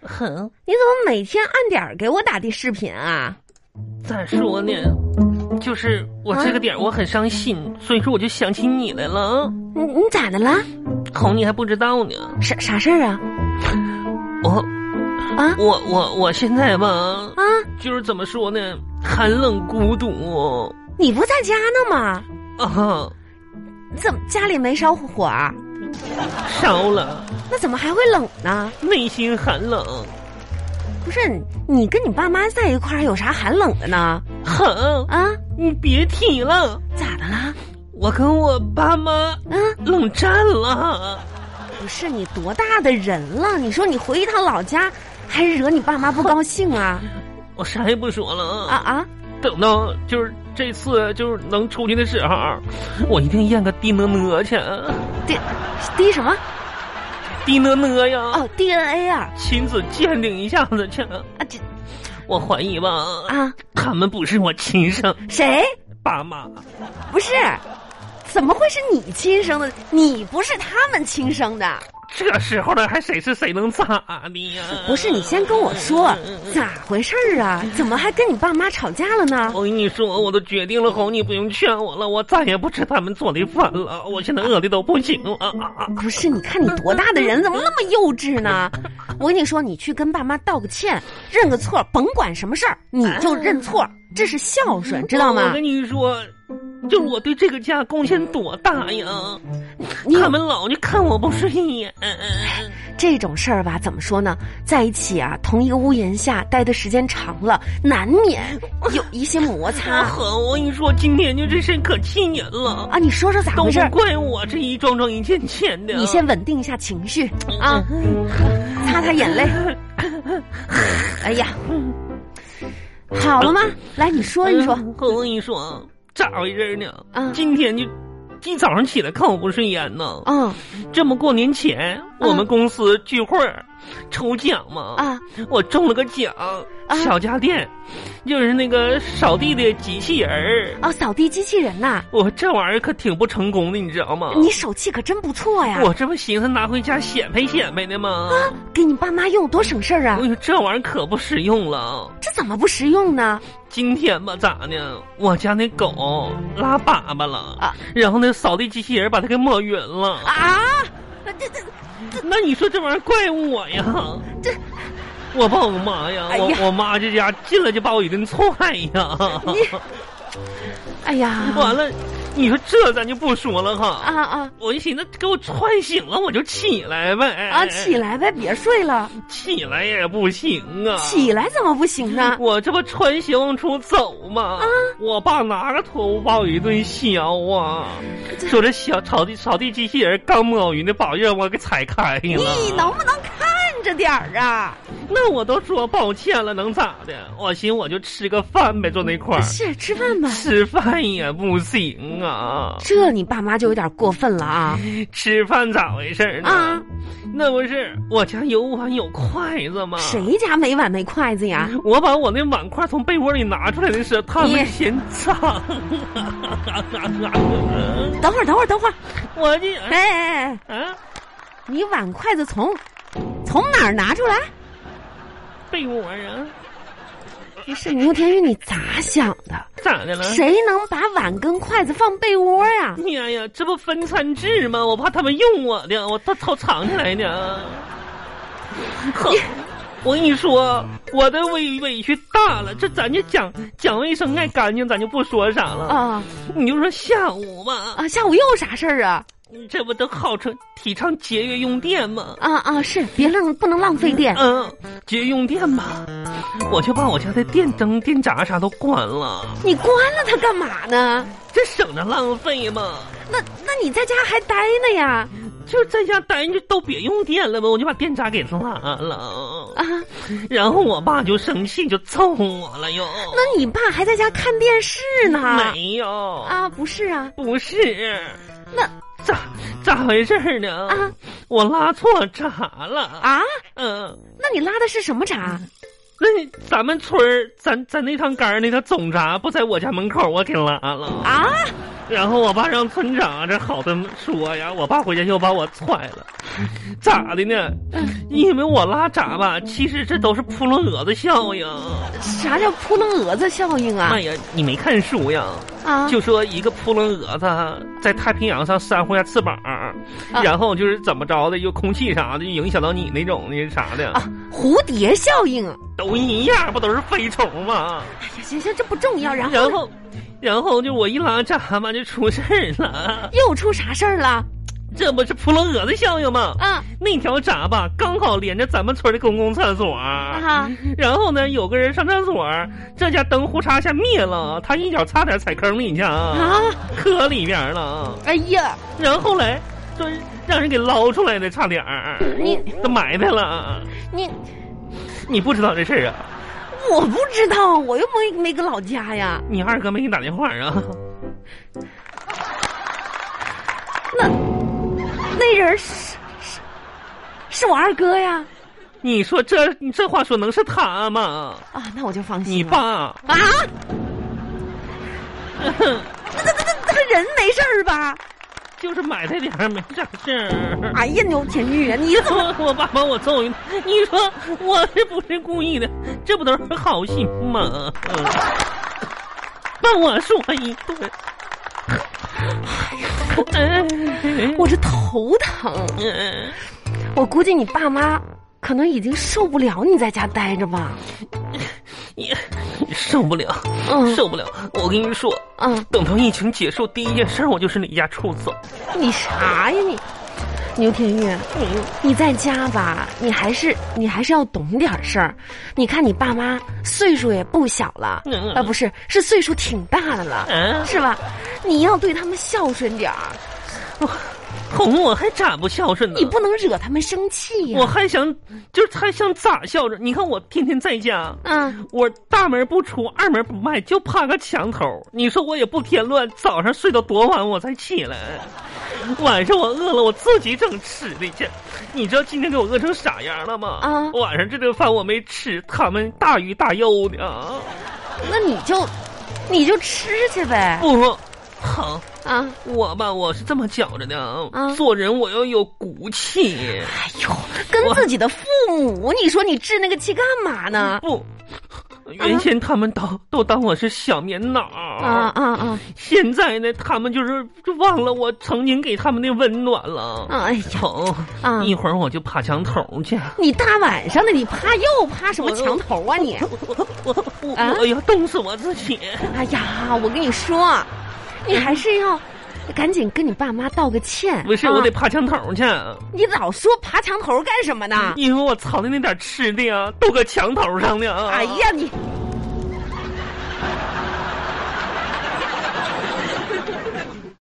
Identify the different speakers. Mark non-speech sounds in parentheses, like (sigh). Speaker 1: 很，你怎么每天按点儿给我打的视频啊？
Speaker 2: 咋说呢？就是我这个点儿我很伤心，所以说我就想起你来了啊。
Speaker 1: 你你咋的了？
Speaker 2: 哄你还不知道呢。
Speaker 1: 啥啥事儿啊？
Speaker 2: 我
Speaker 1: 啊
Speaker 2: 我我我现在吧，
Speaker 1: 啊，
Speaker 2: 就是怎么说呢，寒冷孤独
Speaker 1: 你不在家呢吗？
Speaker 2: 啊，
Speaker 1: 怎么家里没烧火啊？
Speaker 2: 烧了，
Speaker 1: 那怎么还会冷呢？
Speaker 2: 内心寒冷，
Speaker 1: 不是你跟你爸妈在一块儿有啥寒冷的呢？
Speaker 2: 哼，
Speaker 1: 啊，
Speaker 2: 你别提了，
Speaker 1: 咋的啦？
Speaker 2: 我跟我爸妈
Speaker 1: 啊，
Speaker 2: 冷战了。
Speaker 1: 不是你多大的人了？你说你回一趟老家，还惹你爸妈不高兴啊？
Speaker 2: 我啥也不说了
Speaker 1: 啊啊！
Speaker 2: 等到就是这次就是能出去的时候，我一定验个 DNA 去
Speaker 1: 滴滴什么？
Speaker 2: ，DNA 呀，
Speaker 1: 哦，DNA 啊
Speaker 2: 亲子鉴定一下子去。
Speaker 1: 啊这
Speaker 2: 我怀疑吧，
Speaker 1: 啊
Speaker 2: 他们不是我亲生
Speaker 1: 谁？
Speaker 2: 爸妈，
Speaker 1: 不是，怎么会是你亲生的？你不是他们亲生的。
Speaker 2: 这时候了还谁是谁能咋的呀？
Speaker 1: 不是，你先跟我说咋回事儿啊？怎么还跟你爸妈吵架了呢？
Speaker 2: 我跟你说，我都决定了，红，你不用劝我了，我再也不吃他们做的饭了，我现在饿的都不行了。啊啊啊
Speaker 1: 不是，你看你多大的人，怎么那么幼稚呢？我跟你说，你去跟爸妈道个歉，认个错，甭管什么事儿，你就认错，这是孝顺，知道
Speaker 2: 我
Speaker 1: 吗
Speaker 2: 跟？你说，就是我对这个家贡献多大呀！
Speaker 1: 你
Speaker 2: 他们老就看我不顺眼，
Speaker 1: 这种事儿吧，怎么说呢？在一起啊，同一个屋檐下待的时间长了，难免有一些摩 (laughs)
Speaker 2: 啊
Speaker 1: 擦
Speaker 2: 呵，我跟你说，今天就这事可气人了，
Speaker 1: 啊。你说说咋
Speaker 2: 都
Speaker 1: 回事
Speaker 2: 不
Speaker 1: 儿？
Speaker 2: 怪我这一桩桩一件件的。啊
Speaker 1: 你先稳定一下情绪
Speaker 2: 嗯
Speaker 1: 啊，擦擦眼
Speaker 2: (laughs)
Speaker 1: 泪。哎呀，好了吗？来，你说一说。
Speaker 2: 嗯我跟你说，咋回事呢？
Speaker 1: 啊
Speaker 2: 今天就。一早上起来看我不顺眼呢，
Speaker 1: 嗯
Speaker 2: 这么过年前我们公司聚会儿抽奖嘛，
Speaker 1: 啊
Speaker 2: 我中了个奖，小家电，就是那个扫地的机器人儿。
Speaker 1: 哦，扫地机器人呐、
Speaker 2: 我这玩意儿可挺不成功的，你知道吗？
Speaker 1: 你手气可真不错呀！
Speaker 2: 我这不寻思拿回家显摆显摆呢吗？
Speaker 1: 给你爸妈用多省事儿啊
Speaker 2: 我！跟你说这玩意儿可不实用了。
Speaker 1: 这怎么不实用呢？
Speaker 2: 今天吧，咋呢？我家那狗拉粑粑了，
Speaker 1: 啊
Speaker 2: 然后那扫地机器人把它给抹匀了。
Speaker 1: 啊，这这
Speaker 2: 那你说这玩意儿怪我呀？
Speaker 1: 这，
Speaker 2: 我爸我妈呀，
Speaker 1: 哎
Speaker 2: 我
Speaker 1: 呀
Speaker 2: 我妈这家进来就把我一顿踹呀。
Speaker 1: 哎呀，
Speaker 2: 完了，你说这咱就不说了哈。
Speaker 1: 啊啊
Speaker 2: 我就寻思给我踹醒了，我就起来呗。
Speaker 1: 啊！起来呗，别睡了，
Speaker 2: 起来也不行啊。
Speaker 1: 起来怎么不行啊呢？
Speaker 2: 我这不穿鞋往出走吗？
Speaker 1: 啊
Speaker 2: 我爸拿着拖布把我一顿削啊！说这小扫地扫地机器人刚摸匀的把让我给踩开
Speaker 1: 你能
Speaker 2: 了。
Speaker 1: 不能看着点儿啊？
Speaker 2: 那我都说抱歉了，能咋的？我寻我就吃个饭呗，坐那块儿
Speaker 1: 是吃饭吧。
Speaker 2: 吃饭也不行啊！
Speaker 1: 这你爸妈就有点过分了啊！
Speaker 2: 吃饭咋回事呢？
Speaker 1: 啊
Speaker 2: 那不是我家有碗有筷子吗？
Speaker 1: 谁家没碗没筷子呀？
Speaker 2: 我把我那碗筷从被窝里拿出来的时候，他
Speaker 1: 你
Speaker 2: 们嫌脏。
Speaker 1: 等会儿，等会儿，等会儿！
Speaker 2: 我这
Speaker 1: 哎哎哎，
Speaker 2: 啊，
Speaker 1: 你碗筷子从从哪儿拿出来？
Speaker 2: 被窝啊，
Speaker 1: 不是牛天宇，你咋想的？
Speaker 2: 咋的了？
Speaker 1: 谁能把碗跟筷子放被窝呀、
Speaker 2: 呀哎呀，这不分餐制吗？我怕他们用我的，我到偷藏起来呢。哼，我跟你说，我的委委屈大了。这咱就讲讲卫生，爱干净，咱就不说啥了。
Speaker 1: 啊
Speaker 2: 你就说下午吧，
Speaker 1: 啊！下午又有啥事儿啊？
Speaker 2: 这不都号称提倡节约用电吗？
Speaker 1: 啊啊！是，别浪，不能浪费电。
Speaker 2: 嗯，节约用电吧，我就把我家的电灯、电闸啥都关了，
Speaker 1: 你关了它干嘛呢？
Speaker 2: 这省着浪费嘛。
Speaker 1: 那那你在家还待呢呀？
Speaker 2: 就是在家待着都别用电了吧，我就把电闸给拉了，
Speaker 1: 啊，
Speaker 2: 然后我爸就生气就揍我了又。
Speaker 1: 那你爸还在家看电视呢？
Speaker 2: 没有，
Speaker 1: 啊，不是啊，
Speaker 2: 不是，
Speaker 1: 那
Speaker 2: 咋咋回事儿呢？
Speaker 1: 啊
Speaker 2: 我拉错闸了啊，
Speaker 1: 啊，
Speaker 2: 嗯。
Speaker 1: 那你拉的是什么闸？
Speaker 2: 那咱们村儿，咱咱那趟杆儿那个总闸不在我家门口，我给拉了啊
Speaker 1: 啊，
Speaker 2: 然后我爸让村长这好的说呀，我爸回家又把我踹了。咋的呢？
Speaker 1: 嗯
Speaker 2: 因为我拉闸吧，其实这都是扑棱蛾子效应。
Speaker 1: 啥叫扑棱蛾子效应啊
Speaker 2: 哎？呀，你没看书呀？
Speaker 1: 啊，
Speaker 2: 就说一个扑棱蛾子在太平洋上扇呼一下翅膀，
Speaker 1: 啊
Speaker 2: 然后就是怎么着的，又空气啥的影响到你那种那啥的，
Speaker 1: 啊，蝴蝶效应。
Speaker 2: 都一样，不都是飞虫吗？
Speaker 1: 哎呀，行行，这不重要。然后
Speaker 2: 嗯然后，然后就我一拉闸吧，就出事儿了。 (laughs)
Speaker 1: 又出啥事儿了？
Speaker 2: 这不是扑棱蛾子效应吗？
Speaker 1: 啊
Speaker 2: 那条闸吧，刚好连着咱们村的公共厕所。
Speaker 1: 啊，
Speaker 2: 然后呢，有个人上厕所，这家灯呼嚓一下灭了，他一脚差点踩坑里去啊，
Speaker 1: 啊！
Speaker 2: 磕里边了。
Speaker 1: 哎呀，
Speaker 2: 然后后来，这让人给捞出来的，差点儿，
Speaker 1: 你
Speaker 2: 都埋汰了。
Speaker 1: 你
Speaker 2: 你不知道这事儿啊？
Speaker 1: 我不知道，我又没没搁老家呀。
Speaker 2: 你二哥没给你打电话啊？ (laughs)
Speaker 1: 那那人是是是我二哥呀！
Speaker 2: 你说这你这话说能是他吗？
Speaker 1: 啊，那我就放心了。
Speaker 2: 你爸 (laughs)
Speaker 1: 啊？那那那那个人没事儿吧？
Speaker 2: 就是埋汰点儿，没啥事儿。 (laughs)
Speaker 1: 哎呀，牛田玉啊，你怎么？
Speaker 2: 我爸把我揍一顿，你说我是不是故意的？这不都是好心吗？ (laughs) 嗯把我说一顿， (laughs) 哎
Speaker 1: 我这头疼，
Speaker 2: 呀，
Speaker 1: 我估计你爸妈可能已经受不了你在家待着吧。
Speaker 2: 你受不了，
Speaker 1: 嗯
Speaker 2: 受不了！我跟你说，
Speaker 1: 嗯，
Speaker 2: 等到疫情结束，第一件事我就是离家出走。
Speaker 1: 你啥呀你？牛田玉，
Speaker 2: 嗯，
Speaker 1: 你在家吧，你还是你还是要懂点儿事儿。你看你爸妈岁数也不小了，
Speaker 2: 嗯
Speaker 1: 啊、不是，是岁数挺大的了，
Speaker 2: 啊，
Speaker 1: 是吧？你要对他们孝顺点儿，
Speaker 2: 嗯哄我还咋不孝顺呢？
Speaker 1: 你不能惹他们生气呀、
Speaker 2: 我还想，就是还想咋孝顺？你看我天天在家，
Speaker 1: 嗯，
Speaker 2: 我大门不出，二门不迈，就怕个墙头。你说我也不添乱，早上睡到多晚我才起来，晚上我饿了我自己整吃的去。你知道今天给我饿成啥样了吗？
Speaker 1: 啊
Speaker 2: 晚上这顿饭我没吃，他们大鱼大肉的啊！
Speaker 1: 那你就你就吃去呗。
Speaker 2: 不，好，
Speaker 1: 啊，
Speaker 2: 我吧，我是这么觉着的啊，
Speaker 1: 啊
Speaker 2: 做人我要有骨气。
Speaker 1: 哎呦，跟自己的父母，你说你置那个气干嘛呢？
Speaker 2: 不，原先他们都、都当我是小棉袄
Speaker 1: 啊啊啊！
Speaker 2: 现在呢，他们就是就忘了我曾经给他们的温暖了。
Speaker 1: 哎呀，
Speaker 2: 好，
Speaker 1: 啊
Speaker 2: 一会儿我就爬墙头去。
Speaker 1: 你大晚上的，你趴又趴什么墙头啊你？
Speaker 2: 我我我
Speaker 1: 啊
Speaker 2: 我要冻死我自己！
Speaker 1: 哎呀，我跟你说，你还是要赶紧跟你爸妈道个歉。
Speaker 2: 不是，
Speaker 1: 啊
Speaker 2: 我得爬墙头去，
Speaker 1: 你老说爬墙头干什么呢？
Speaker 2: 因为我藏的那点吃的呀，都搁墙头上呢。啊
Speaker 1: 哎，呀，你